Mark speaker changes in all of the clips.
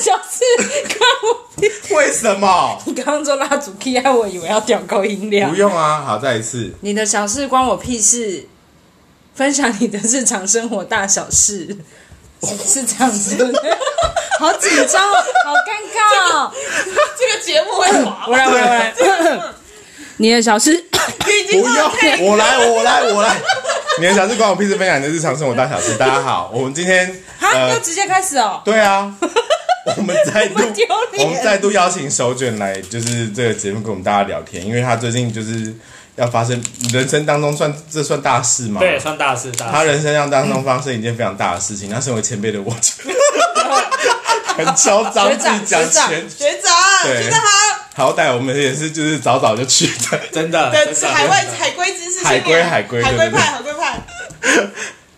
Speaker 1: 小事关我屁。
Speaker 2: 为什么？
Speaker 1: 你刚刚做蜡烛 key，害我以为要屌高音量
Speaker 2: 不。用啊，好，再一次。
Speaker 1: 你的小事关我屁事，分享你的日常生活大小事，是是这样子的。好紧张哦，好尴尬哦！
Speaker 3: 这个节目会滑
Speaker 1: 我来，我来，我来。你的小事，
Speaker 2: 不用，我来，我来，我来。你的小事关我屁事，分享你的日常生活大小事。大家好，我们今天
Speaker 1: 哈，要
Speaker 2: 呃，
Speaker 1: 直接开始哦。
Speaker 2: 对啊，我们再度
Speaker 1: 不丢，脸
Speaker 2: 我们再度邀请手卷来，就是这个节目跟我们大家聊天，因为他最近就是要发生人生当中算这算大事吗？
Speaker 4: 对，，算大事大
Speaker 2: 他
Speaker 4: 事。
Speaker 2: 人生当中发生一件非常大的事情。他身为前辈的我，很嚣张，
Speaker 1: 学
Speaker 2: 自己
Speaker 1: 长，
Speaker 2: 讲
Speaker 1: 学长
Speaker 2: 前，
Speaker 3: 学长，
Speaker 2: 对
Speaker 3: 学长好，
Speaker 2: 好歹我们也是就是早早就去的。
Speaker 4: 真的，
Speaker 3: 对，
Speaker 4: 真
Speaker 3: 是
Speaker 4: 的
Speaker 3: 海外
Speaker 4: 真的
Speaker 3: 海归知识青年，
Speaker 2: 海归海归
Speaker 3: 海
Speaker 2: 对
Speaker 3: 归
Speaker 2: 对对
Speaker 3: 派，海归派，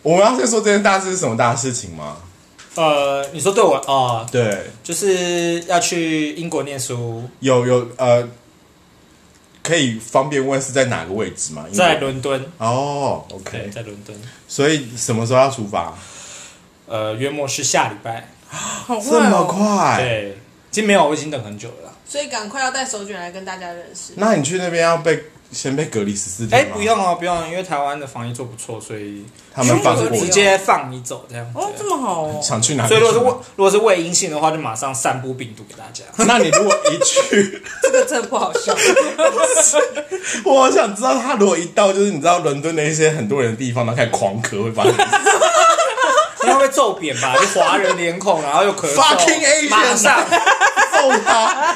Speaker 2: 我们要先说这件大事是什么大事情吗？
Speaker 4: 呃，你说对我哦，
Speaker 2: 对，
Speaker 4: 就是要去英国念书，
Speaker 2: 有有呃，可以方便问是在哪个位置吗？因为
Speaker 4: 在伦敦，
Speaker 2: 哦
Speaker 4: 对，哦
Speaker 2: ，OK，
Speaker 4: 在伦敦，
Speaker 2: 所以什么时候要出发？
Speaker 4: 呃，约莫是下礼拜。
Speaker 1: 好
Speaker 2: 这
Speaker 1: 快
Speaker 2: 么
Speaker 1: 哦！
Speaker 2: 快？
Speaker 4: 对，其实没有，我已经等很久了啦。
Speaker 3: 所以赶快要带手卷来跟大家认识。
Speaker 2: 那你去那边要被先被隔离十四
Speaker 4: 哎
Speaker 2: 天，吗？
Speaker 4: 不用哦，不用，因为台湾的防疫做不错，所以
Speaker 2: 他们放
Speaker 4: 就
Speaker 2: 过
Speaker 4: 直
Speaker 2: 你，
Speaker 4: 接放你走这样子。
Speaker 1: 哦，这么好哦！
Speaker 2: 想去哪里？
Speaker 4: 所以如果是胃如果是胃阴性的话，就马上散布病毒给大家。
Speaker 2: 那你如果一去，
Speaker 1: 这个真的不好笑。
Speaker 2: 我好想知道他如果一到就是你知道伦敦的一些很多人的地方，然后开始狂咳，会发生什 么事
Speaker 4: 你会不会揍扁吧？就华人脸孔，然后又咳嗽
Speaker 2: Fucking Asian
Speaker 4: 马上
Speaker 2: 揍他，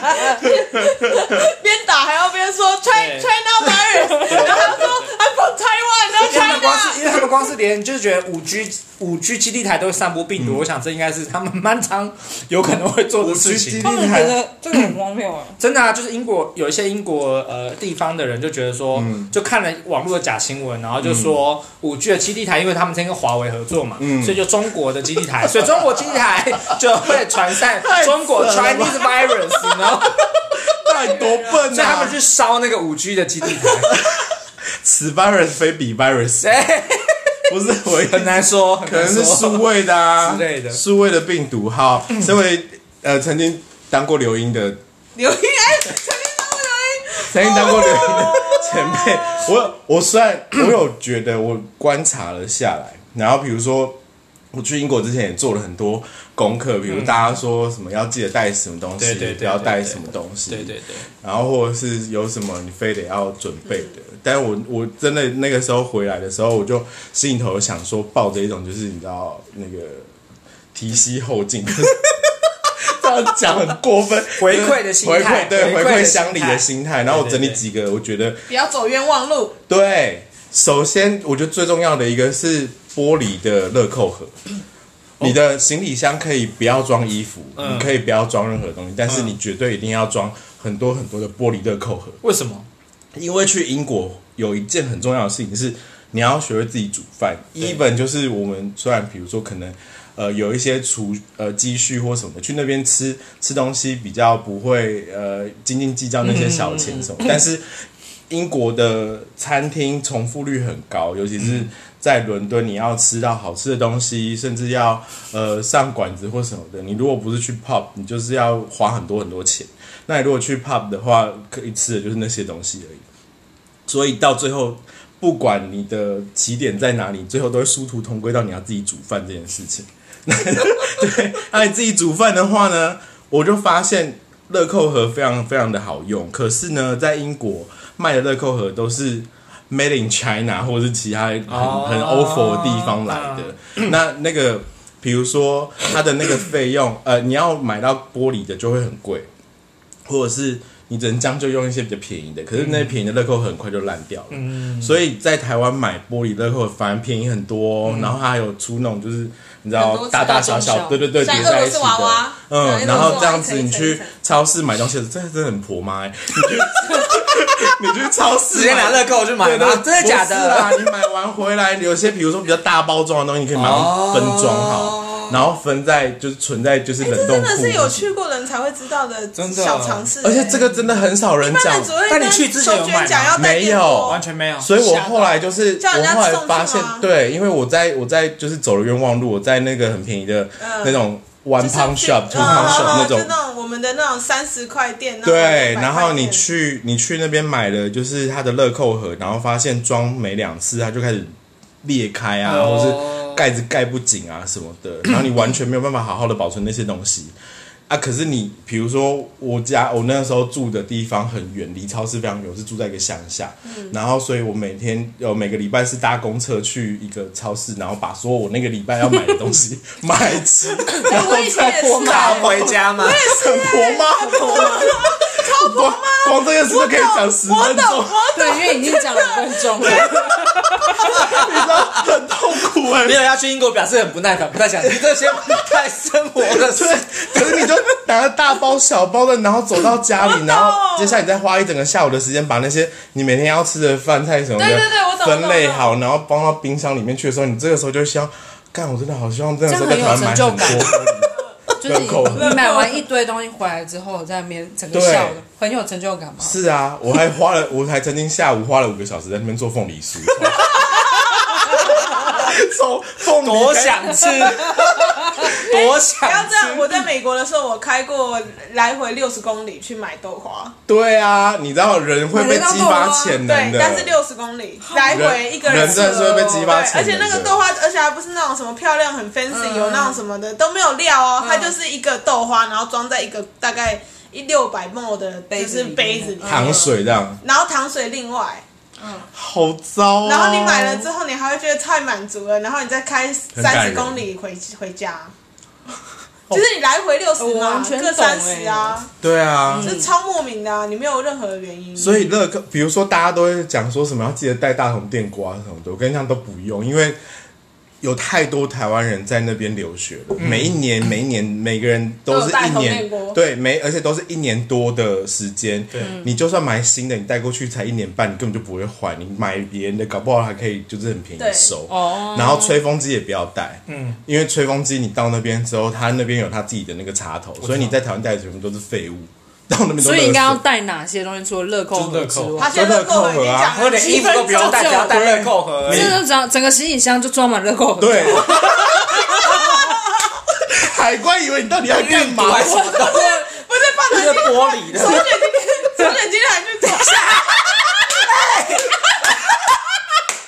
Speaker 3: 边打还要边说 China
Speaker 4: 对
Speaker 3: China virus，然后他说 I'm from Taiwan，然后
Speaker 4: 因为他们光是，
Speaker 3: China，
Speaker 4: 因为他们光是连就是觉得五 G 五 G 基地台都会散播病毒，我想这应该是他们漫长有可能会做的事
Speaker 2: 五 G 基
Speaker 4: 情
Speaker 2: 地。
Speaker 1: 他们觉得这个很荒谬啊！
Speaker 4: 真的啊，就是英国有一些英国呃地方的人就觉得说，就看了网络的假新闻，然后就说五 G 的基地台，因为他们曾跟华为合作嘛，所以就中国的基地台，所以中国基地台就会传散中国
Speaker 2: 扯了
Speaker 4: Chinese virus，然后
Speaker 2: 到底多笨
Speaker 4: 所以他们
Speaker 2: 啊！
Speaker 4: 去烧那个五 G 的基地台，
Speaker 2: 此 virus 非彼 virus，
Speaker 4: 哎
Speaker 2: 不是我一
Speaker 4: 很难说，
Speaker 2: 可能是数
Speaker 4: 输。
Speaker 2: 位的啊
Speaker 4: 之类的嗯
Speaker 2: 数位的病毒。好，身为呃曾经当过留英 的，
Speaker 3: 刘英哎，陈
Speaker 2: 曾
Speaker 3: 立东刘
Speaker 2: 经当过留英的前
Speaker 4: 哦
Speaker 2: 辈，我我虽然我有觉得我观察了下来，然后比如说。我去英国之前也做了很多功课，比如大家说什么要记得带什么东西，
Speaker 4: 嗯对对对
Speaker 2: 不要带
Speaker 4: 对对
Speaker 2: 什么东西，
Speaker 4: 对对对，
Speaker 2: 然后或者是有什么你非得要准备的。但我我真的那个时候回来的时候，我就心里头有想说，抱着一种就是你知道那个提膝后进， 这样讲很过分，
Speaker 4: 回馈的心态
Speaker 2: 回馈对回
Speaker 4: 回馈的
Speaker 2: 馈乡里的心态。然后我
Speaker 4: 对对
Speaker 2: 整理
Speaker 4: 对
Speaker 2: 几个，我觉得
Speaker 3: 不要走冤枉路，
Speaker 2: 对，首先我觉得最重要的一个是玻璃的乐扣盒。你的行李箱可以不要装衣服，
Speaker 4: 哦嗯
Speaker 2: 你可以不要装任何东西，但是
Speaker 4: 嗯
Speaker 2: 你绝对一定要装很多很多的玻璃乐扣盒，
Speaker 4: 为什么？
Speaker 2: 因为去英国有一件很重要的事情是你要学会自己煮饭。even 就是我们虽然比如说可能呃有一些储呃积蓄或什么的，去那边吃吃东西比较不会呃斤斤计较那些小钱什么，但是英国的餐厅重复率很高，尤其是在伦敦，你要吃到好吃的东西，甚至要呃上馆子或什么的，你如果不是去 pub，你就是要花很多很多钱。那你如果去 pub 的话，可以吃的就是那些东西而已。所以到最后，不管你的起点在哪里，最后都会殊途同归到你要自己煮饭这件事情。 对，那你自己煮饭的话呢，我就发现乐扣盒非常非常的好用。可是呢，在英国卖的乐扣盒都是 made in China 或者是其他很、
Speaker 4: 哦
Speaker 2: 很 awful 的地方来的。那那个，比如说它的那个费用，呃，你要买到玻璃的就会很贵，或者是你只能将就用一些比较便宜的。可是那些便宜的乐扣盒很快就烂掉了。
Speaker 4: 嗯，
Speaker 2: 所以在台湾买玻璃乐扣反而便宜很多哦、然后它还有出那种就是你知
Speaker 3: 很
Speaker 2: 道
Speaker 3: 多
Speaker 2: 大大小
Speaker 1: 大
Speaker 2: 小，
Speaker 1: 中小
Speaker 2: 对对对，叠
Speaker 3: 像
Speaker 2: 在一
Speaker 3: 俄罗
Speaker 2: 起
Speaker 3: 斯娃
Speaker 2: 的
Speaker 3: 娃。
Speaker 2: 嗯，
Speaker 3: 对
Speaker 2: 然
Speaker 3: 俄罗斯娃
Speaker 2: 后
Speaker 3: 娃
Speaker 2: 这样子你
Speaker 3: 一层一层一
Speaker 2: 去
Speaker 3: 层
Speaker 2: 超市买东西，这真的很婆妈哎、 你去你去超市
Speaker 4: 直接拿乐购去买
Speaker 2: 对对
Speaker 4: 吗？真的假
Speaker 2: 不是啦
Speaker 4: 的？
Speaker 2: 你买完回来，有些比如说比较大包装的东西，你可以马
Speaker 4: 哦
Speaker 2: 上分装好，然后分在就是存在就是冷
Speaker 3: 哎这
Speaker 2: 冻
Speaker 3: 真
Speaker 2: 库。
Speaker 3: 的是有去过的人才会知道的
Speaker 4: 真的
Speaker 3: 小常识，
Speaker 2: 而且这个真的很少人
Speaker 3: 一般
Speaker 2: 讲
Speaker 3: 人只，会
Speaker 4: 但
Speaker 3: 跟
Speaker 4: 你去之前有
Speaker 3: 手卷
Speaker 4: 买
Speaker 3: 讲
Speaker 4: 吗
Speaker 3: 要带
Speaker 2: 没
Speaker 3: 电
Speaker 2: 有啊
Speaker 3: 锅
Speaker 4: 完全没有。
Speaker 2: 所以我后来就是，
Speaker 3: 叫人
Speaker 2: 我
Speaker 3: 家
Speaker 2: 后来
Speaker 3: 送去
Speaker 2: 发现
Speaker 3: 吗，
Speaker 2: 对，因为我在我在就是走了冤枉路，我在那个很便宜的那种 one
Speaker 3: 嗯就是
Speaker 2: pound
Speaker 3: 去
Speaker 2: shop two
Speaker 3: 嗯
Speaker 2: pound
Speaker 3: 嗯
Speaker 2: shop
Speaker 3: 嗯
Speaker 2: 那种
Speaker 3: 就那种我们的那种三十块店，那种
Speaker 2: 对，
Speaker 3: 100
Speaker 2: 然
Speaker 3: 块
Speaker 2: 后你
Speaker 3: 店
Speaker 2: 去你去那边买了，就是它的乐扣盒，然后发现装没两次，它就开始裂开啊，
Speaker 4: 哦
Speaker 2: 或是盖子盖不紧啊什么的，然后你完全没有办法好好的保存那些东西啊。可是你比如说我家我那时候住的地方很远，离超市非常远，我是住在一个乡下，
Speaker 1: 嗯
Speaker 2: 然后所以我每天呃每个礼拜是搭公车去一个超市，然后把所有我那个礼拜要买的东西 买 齐，然后
Speaker 1: 我以前也
Speaker 2: 再
Speaker 1: 是
Speaker 2: 过
Speaker 1: 啊
Speaker 2: 马
Speaker 4: 拿回家嘛，
Speaker 2: 很婆妈，婆妈，超婆妈，光这件事就可以讲十分钟，
Speaker 1: 对，因为已经讲了五分钟了，
Speaker 2: 很痛苦哎、
Speaker 4: 没有要去英国，表示很不耐烦，不太想听 这些太生活的事。
Speaker 2: 可是你就拿着大包小包的，然后走到家里，然
Speaker 1: 哦
Speaker 2: 后接下来你再花一整个下午的时间把那些你每天要吃的饭菜什么的
Speaker 1: 对对对我懂
Speaker 2: 分类好，然后放到冰箱里面去的时候，你这个时候就想，干，我真的好希望真的时候在台湾买
Speaker 1: 这样
Speaker 2: 很
Speaker 1: 很有成
Speaker 2: 多
Speaker 1: 就。就是
Speaker 2: 乐扣
Speaker 1: 你你买完一堆东西回来之后，在那边整个
Speaker 2: 对
Speaker 1: 笑的，很有成就感嘛。
Speaker 2: 是啊，我还花了，我还曾经下午花了五个小时在那边做凤 梨酥。从凤梨
Speaker 4: 多
Speaker 2: 开始
Speaker 4: 想 吃，多想
Speaker 3: 不要
Speaker 4: 吃
Speaker 3: 这样，我在美国的时候，我开过来回六十公里去买豆花，
Speaker 2: 对啊，你知道人会被激发潜能
Speaker 3: 啊对，
Speaker 2: 的，
Speaker 3: 但是六十公里来回一个
Speaker 2: 人
Speaker 3: 吃
Speaker 2: 真的是会被激
Speaker 3: 对，
Speaker 2: 发潜能
Speaker 3: 而
Speaker 2: 的。嗯
Speaker 3: 且那个豆花，而且还不是那种什么漂亮很 fancy，、有那种什么的都没有料哦，
Speaker 1: 嗯
Speaker 3: 它就是一个豆花，然后装在一个大概一六百 ml 的
Speaker 1: 杯
Speaker 3: 就
Speaker 1: 子
Speaker 3: 是
Speaker 1: 里面嗯
Speaker 3: 杯子里面，
Speaker 2: 糖水这样，
Speaker 3: 然后糖水另外，
Speaker 2: 好糟、哦。
Speaker 3: 嗯然后你买了之后，你还会觉得太满足了，然后你再开
Speaker 2: 感
Speaker 3: 三
Speaker 2: 人
Speaker 3: 十公里回回 家，就是你来回六十
Speaker 1: 哦我
Speaker 3: 嘛
Speaker 1: 完，全
Speaker 3: 各
Speaker 1: 懂欸
Speaker 3: 三十啊，
Speaker 2: 对啊，
Speaker 3: 就是超莫名的啊，你没有任何的原因。
Speaker 2: 所以乐扣，比如说大家都会讲说什么要记得带大桶电锅啊什么的，我跟你讲都不用，因为有太多台湾人在那边留学了，每一年每一年每个人都是
Speaker 3: 都有带
Speaker 2: 一
Speaker 3: 桶
Speaker 2: 年
Speaker 3: 电锅
Speaker 2: 对每而且都是一年多的时间，
Speaker 4: 对嗯
Speaker 2: 你就算买新的，你带过去才一年半，你根本就不会坏，你买别人的搞不好还可以就是很便宜
Speaker 3: 对
Speaker 2: 收
Speaker 1: 哦
Speaker 2: 然后吹风机也不要带，
Speaker 4: 嗯，
Speaker 2: 因为吹风机你到那边之后，它那边有它自己的那个插头，所以你在台湾带的全部都是废物，到那边都
Speaker 1: 所以应该
Speaker 2: 垃圾
Speaker 1: 要带哪些东西？除了乐扣
Speaker 4: 就是乐
Speaker 1: 盒之
Speaker 4: 扣
Speaker 1: 外
Speaker 2: 啊
Speaker 3: 他，现在够了，啊已经讲
Speaker 4: 我
Speaker 3: 了
Speaker 4: 连衣服都不用带，只要带热扣盒而已
Speaker 1: 这。就整整个行李箱就装满乐扣盒。
Speaker 2: 对，海关以为你到底要干嘛？
Speaker 4: 还是什么的，
Speaker 3: 不是放
Speaker 4: 这
Speaker 3: 在
Speaker 4: 是玻璃的
Speaker 3: 手。卷今天，手卷今天还去做下，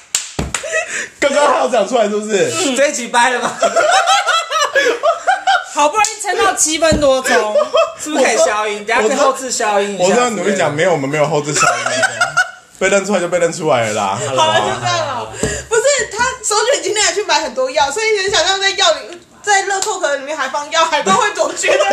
Speaker 2: 刚刚还有讲出来是不是？
Speaker 4: 这一集掰了吗？
Speaker 1: 好不容易撑到七分多钟，
Speaker 4: 是不是可以消音？等下可以后置消音一下。
Speaker 2: 我这样努力讲，没有，我们没有后置效应的，被认出来就被认出来了啦。
Speaker 3: 好了就这样 了。不是他手卷今天还去买很多药，所以很想象在药里，在乐透壳里面还放药，海关会躲 觉得。哎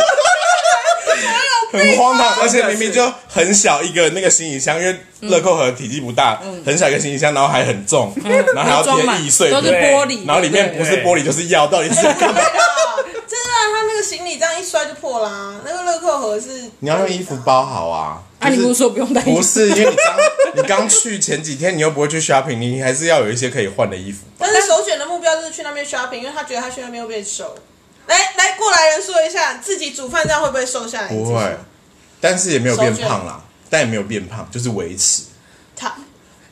Speaker 2: 很荒唐，而且明明就很小一个那个行李箱，因为乐扣盒体积不大，很小一个行李箱，然后还很重，然后还要
Speaker 1: 装
Speaker 2: 贴
Speaker 1: 满
Speaker 2: 易碎
Speaker 1: 都是
Speaker 2: 品，
Speaker 1: 玻璃，
Speaker 2: 然后里面
Speaker 1: 对
Speaker 2: 不是玻璃就是药，到底是干嘛？
Speaker 3: 真的啊，他那个行李这样一摔就破啦、那个乐扣盒 是
Speaker 2: 你要用衣服包好啊。
Speaker 1: 啊，你不是说不用带？
Speaker 2: 不，是，因为你刚你刚去前几天，你又不会去 shopping，你还是要有一些可以换的衣服。
Speaker 3: 但是首选的目标就是去那边 shopping，因为他觉得他去那边会被收。来来，过来人说一下，自己煮饭这样会不会瘦下
Speaker 4: 哎
Speaker 3: 来？
Speaker 2: 不会，但是也没有变
Speaker 3: 手卷
Speaker 2: 胖啦，但也没有变胖，就是维持。
Speaker 3: 他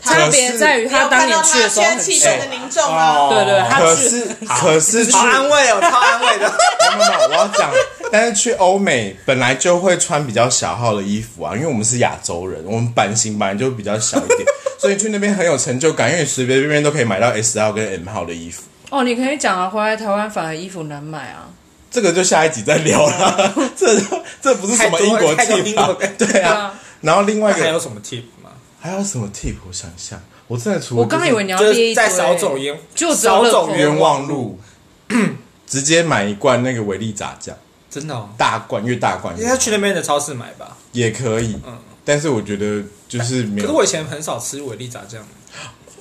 Speaker 1: 差
Speaker 3: 他
Speaker 1: 别在于他当年去的时候
Speaker 3: 先
Speaker 1: 很
Speaker 3: 气
Speaker 1: 瘦
Speaker 3: 氛。的凝重啊。
Speaker 4: 哦
Speaker 1: 对对，
Speaker 4: 哦
Speaker 1: 他
Speaker 2: 可
Speaker 1: 去
Speaker 2: 是可是去
Speaker 4: 好安慰哦，超安慰的。
Speaker 2: 没有没有，我要讲，但是去欧美本来就会穿比较小号的衣服啊，因为我们是亚洲人，我们版型本来就比较小一 点，所以去那边很有成就感，因为你随随便便都可以买到 S 号跟 M 号的衣服。
Speaker 1: 哦，你可以讲啊，回来台湾反而衣服难买啊。
Speaker 2: 这个就下一集再聊 啦，这这不是什么英国
Speaker 4: 太多太
Speaker 2: tip 啊
Speaker 4: 多英国
Speaker 2: 对
Speaker 1: 对
Speaker 2: 啊
Speaker 1: 啊。
Speaker 2: 然后另外一
Speaker 4: 还有
Speaker 2: 个
Speaker 4: 什么 tip 吗？
Speaker 2: 还有什么 tip？我想一下，我真的除了
Speaker 1: 我刚以为你要
Speaker 4: 就
Speaker 1: 列
Speaker 4: 是
Speaker 1: 一堆
Speaker 4: 再少走冤，
Speaker 1: 就只有
Speaker 4: 少
Speaker 1: 乐
Speaker 4: 走
Speaker 1: 扣
Speaker 2: 冤枉路，直接买一罐那个维力炸酱，
Speaker 4: 真的哦。
Speaker 2: 大罐越大罐
Speaker 4: 你
Speaker 2: 越
Speaker 4: 要
Speaker 2: 好
Speaker 4: 去那边的超市买吧。
Speaker 2: 也可以，但是我觉得就是没
Speaker 4: 可是
Speaker 2: 有
Speaker 4: 我以前很少吃维力炸酱，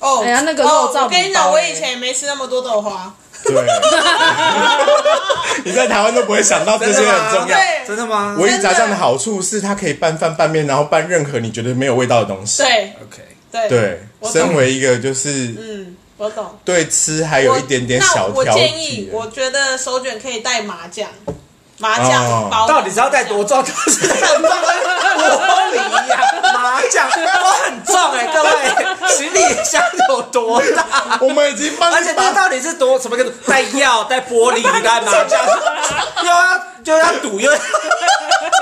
Speaker 3: 哦，
Speaker 1: 哎呀那个
Speaker 3: 哦
Speaker 1: 肉燥
Speaker 3: 我跟你
Speaker 1: 米包
Speaker 3: 讲，我
Speaker 1: 欸
Speaker 3: 以前也没吃那么多豆花，
Speaker 2: 对。啊 你在台湾都不会想到这些很重要。
Speaker 3: 对
Speaker 4: 真的吗
Speaker 2: 维力炸酱的好处是它可以拌饭拌面，然后拌任何你觉得没有味道的东西。
Speaker 3: 对
Speaker 4: ？OK，
Speaker 3: 对
Speaker 2: 对，
Speaker 3: 我懂
Speaker 2: 身为一个就是
Speaker 3: 嗯，我懂。
Speaker 2: 对吃还有一点点小
Speaker 3: 我那
Speaker 2: 挑
Speaker 3: 我建议
Speaker 2: 剔，，
Speaker 3: 我觉得手卷可以带麻酱，麻酱
Speaker 2: 哦
Speaker 3: 包
Speaker 4: 到底是要带多重？都是像玻璃一样，麻将都很重，重哎、各位，行李箱有多大？
Speaker 2: 我们已经帮
Speaker 4: 而
Speaker 2: 你
Speaker 4: 且
Speaker 2: 把
Speaker 4: 那到底是多什么个带药、带玻璃、带麻 将，又要又要赌，又要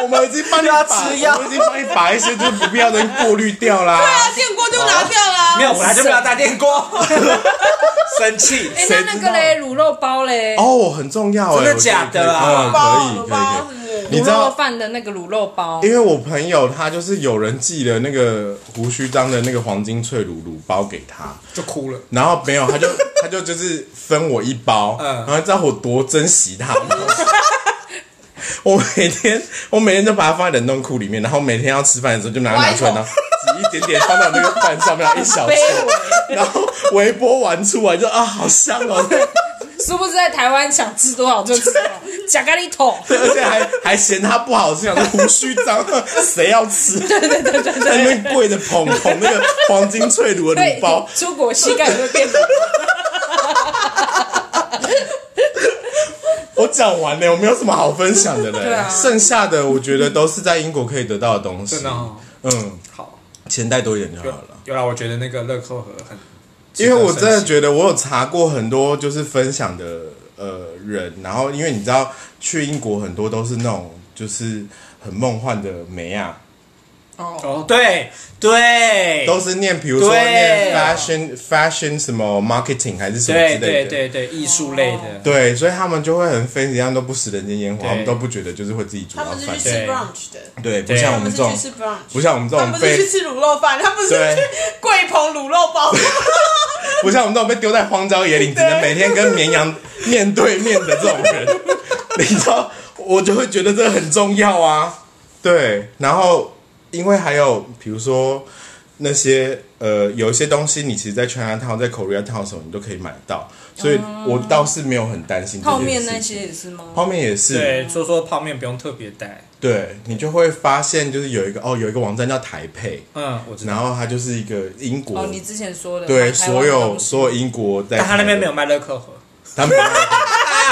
Speaker 2: 我们已经帮你
Speaker 4: 又要
Speaker 2: 把
Speaker 4: 吃药
Speaker 2: 我们已经帮你把一些就是不必要的过滤掉啦。
Speaker 3: 对 啊，电锅就拿掉啦。
Speaker 4: 没有，本来就没有带电 锅，生气。
Speaker 1: 哎、
Speaker 2: 谁
Speaker 1: 那那
Speaker 2: 知
Speaker 1: 个
Speaker 2: 道
Speaker 1: 嘞，卤肉包嘞，
Speaker 2: 哦，很重要哎，
Speaker 4: 真的
Speaker 2: 我觉得
Speaker 4: 假的啊
Speaker 2: 可以
Speaker 3: 包
Speaker 2: 嗯可以
Speaker 3: 卤包
Speaker 2: 可以可以
Speaker 3: 是不。是？
Speaker 2: 你
Speaker 1: 卤
Speaker 2: 知
Speaker 1: 肉
Speaker 2: 道，
Speaker 1: 饭的那个卤肉包，
Speaker 2: 因为我朋友他就是有人寄了那个胡须章的那个黄金脆乳乳包给他，
Speaker 4: 就哭了，
Speaker 2: 然后没有，他就他就就是分我一包，
Speaker 4: 嗯
Speaker 2: 然后你知道我多珍惜它吗。我每天我每天就把它放在冷冻库里面，然后每天要吃饭的时候就拿拿出来，
Speaker 3: 挖一口
Speaker 2: 然后挤一点点放到那个饭上面，然后一小
Speaker 1: 卑
Speaker 2: 撮，
Speaker 1: 微。
Speaker 2: 然后微波完出来就啊好香哦，
Speaker 1: 殊不知在台湾想吃多少就吃多少，假咖喱桶。
Speaker 2: 对而且还还嫌它不好吃，想说胡须脏， 谁要吃？对对对对在那边跪着捧捧那个黄金脆乳的
Speaker 1: 对
Speaker 2: 卤包，，
Speaker 1: 出国膝盖也会变。
Speaker 2: 我讲完了，我没有什么好分享 的嘞。
Speaker 1: 对啊
Speaker 2: 剩下的我觉得都是在英国可以得到的东西。
Speaker 4: 真的哦
Speaker 2: 嗯，
Speaker 4: 好。
Speaker 2: 钱带多一点就好了。
Speaker 4: 有啦，我觉得那个乐扣盒很，
Speaker 2: 因为我真的
Speaker 4: 值得
Speaker 2: 觉得我有查过很多就是分享的呃人，然后因为你知道去英国很多都是那种就是很梦幻的美啊，
Speaker 4: 生气哦，对对，
Speaker 2: 都是念比如说
Speaker 4: 对
Speaker 2: 念 fashion fashion 什么 marketing 还是什么之类
Speaker 4: 对
Speaker 2: 的。
Speaker 4: 对对对，艺术类的，
Speaker 2: 对所以他们就会很分，一样都不食人间烟火，
Speaker 4: 对
Speaker 2: 他们都不觉得就是会自己煮
Speaker 3: 他
Speaker 2: 到
Speaker 3: 们是
Speaker 2: 饭
Speaker 3: 去。吃 brunch 的，
Speaker 2: 对，不
Speaker 4: 对
Speaker 2: 像
Speaker 3: 他
Speaker 2: 我
Speaker 3: 们
Speaker 2: 们
Speaker 3: 是
Speaker 2: 这种
Speaker 3: 去，吃 brunch，
Speaker 2: 不像我们这
Speaker 3: 他
Speaker 2: 种
Speaker 3: 们不
Speaker 2: 被
Speaker 3: 是去吃卤肉饭，他们是
Speaker 2: 对
Speaker 3: 去 贵鹏卤肉包。
Speaker 2: 不像我们这种被丢在荒郊野岭，只能每天跟绵 羊面对面的这种人，你知道，我就会觉得这很重要啊。对，然后因为还有比如说那些呃，有一些东西你其实，在 China Town、在 Korea Town 的时候，你都可以买到，所以我倒是没有很担心这
Speaker 1: 泡
Speaker 2: 件事情。
Speaker 1: 面那些也是吗？
Speaker 2: 泡面也是，
Speaker 4: 对，说说泡面不用特别带，
Speaker 2: 对你就会发现，就是有一个哦，有一个网站叫台配，
Speaker 4: 嗯，我知道，
Speaker 2: 然后它就是一个英国，
Speaker 1: 哦，你之前说的
Speaker 2: 对
Speaker 1: 买台湾
Speaker 2: 所
Speaker 1: 的
Speaker 2: 有
Speaker 1: 东西
Speaker 2: 所有英国在
Speaker 4: 但他那边没有
Speaker 2: 台
Speaker 4: 卖乐扣盒，
Speaker 2: 的， 他没有。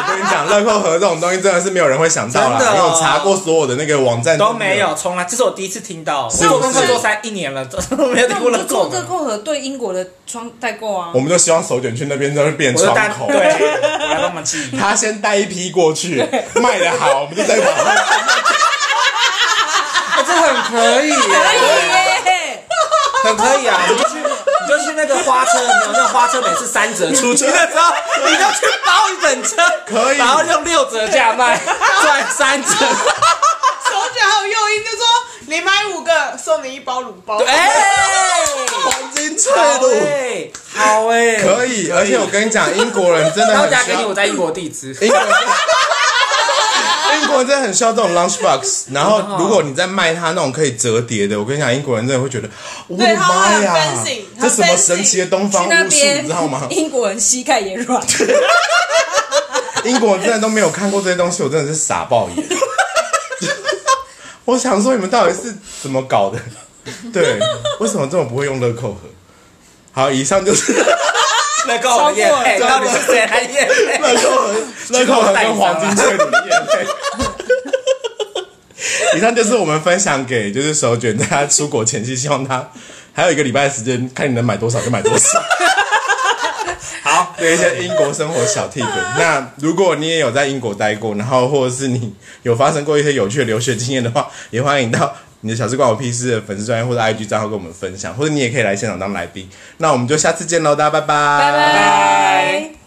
Speaker 2: 我跟你讲，乐扣盒这种东西真的是没有人会想到啦，
Speaker 4: 真的哦
Speaker 2: 因为我查过所有的那个网站
Speaker 4: 都没有，。从来这是我第一次听到，
Speaker 2: 不是
Speaker 4: 我功课做三一年了，都没有
Speaker 1: 那
Speaker 4: 听
Speaker 1: 我
Speaker 4: 过
Speaker 1: 们
Speaker 4: 乐
Speaker 1: 就
Speaker 4: 扣
Speaker 1: 做这
Speaker 4: 盒。
Speaker 1: 扣盒对英国的窗代购啊
Speaker 2: 我。们就希望手卷去那边都会变
Speaker 4: 我就
Speaker 2: 窗
Speaker 4: 带
Speaker 2: 口。
Speaker 4: 对，我来帮忙记。
Speaker 2: 他先带一批过去，卖的好，我们就再把
Speaker 4: 啊这很可以，
Speaker 1: 可以啊耶，
Speaker 4: 很可以啊！你就去，你就去那个花车，没有那个花车每次三折出去的时候，你就去包一整车，
Speaker 2: 可以
Speaker 4: 然后用六折价卖，赚三 折。
Speaker 3: 手脚还有诱因，就说你买五个送你一包卤包。
Speaker 4: 哎，
Speaker 2: 黄金脆
Speaker 4: 好
Speaker 2: 乳。
Speaker 4: 哎，好哎，
Speaker 2: 可以，而且我跟你讲，英国人真的
Speaker 4: 然后
Speaker 2: 很
Speaker 4: 家
Speaker 2: 需
Speaker 4: 给你
Speaker 2: 要
Speaker 4: 我在英国地址，
Speaker 2: 英国人 真英国人真的很需要这种 lunch box，然后如果你在卖它那种可以折叠的，我跟你讲，英国人真的会觉得，我的
Speaker 3: 对他会
Speaker 2: 妈
Speaker 3: 很
Speaker 2: 呀
Speaker 3: fancy，，
Speaker 2: 这
Speaker 3: 很
Speaker 2: 什么
Speaker 3: fancy
Speaker 2: 神奇的东
Speaker 1: 去
Speaker 2: 方
Speaker 1: 那
Speaker 2: 巫术，
Speaker 1: 边
Speaker 2: 你知道吗？
Speaker 1: 英国人膝盖也软，
Speaker 2: 英国真的都没有看过这些东西，我真的是傻爆眼。 我想说你们到底是怎么搞的？对，为什么这么不会用乐扣盒？好，以上就是
Speaker 4: 那个我验配，到底是谁来验配？
Speaker 2: 乐扣盒、乐扣盒跟黄金脆乳的眼泪。以上就是我们分享给就是手卷大家出国前期，希望他还有一个礼拜的时间，看你能买多少就买多少。
Speaker 4: 好，
Speaker 2: 对一些英国生活小 tip。那如果你也有在英国待过，然后或者是你有发生过一些有趣的留学经验的话，也欢迎到你的小事关我屁事的粉丝专业或者 IG 账号跟我们分享，或者你也可以来现场当来宾。那我们就下次见喽，大家拜拜，拜
Speaker 1: 拜拜。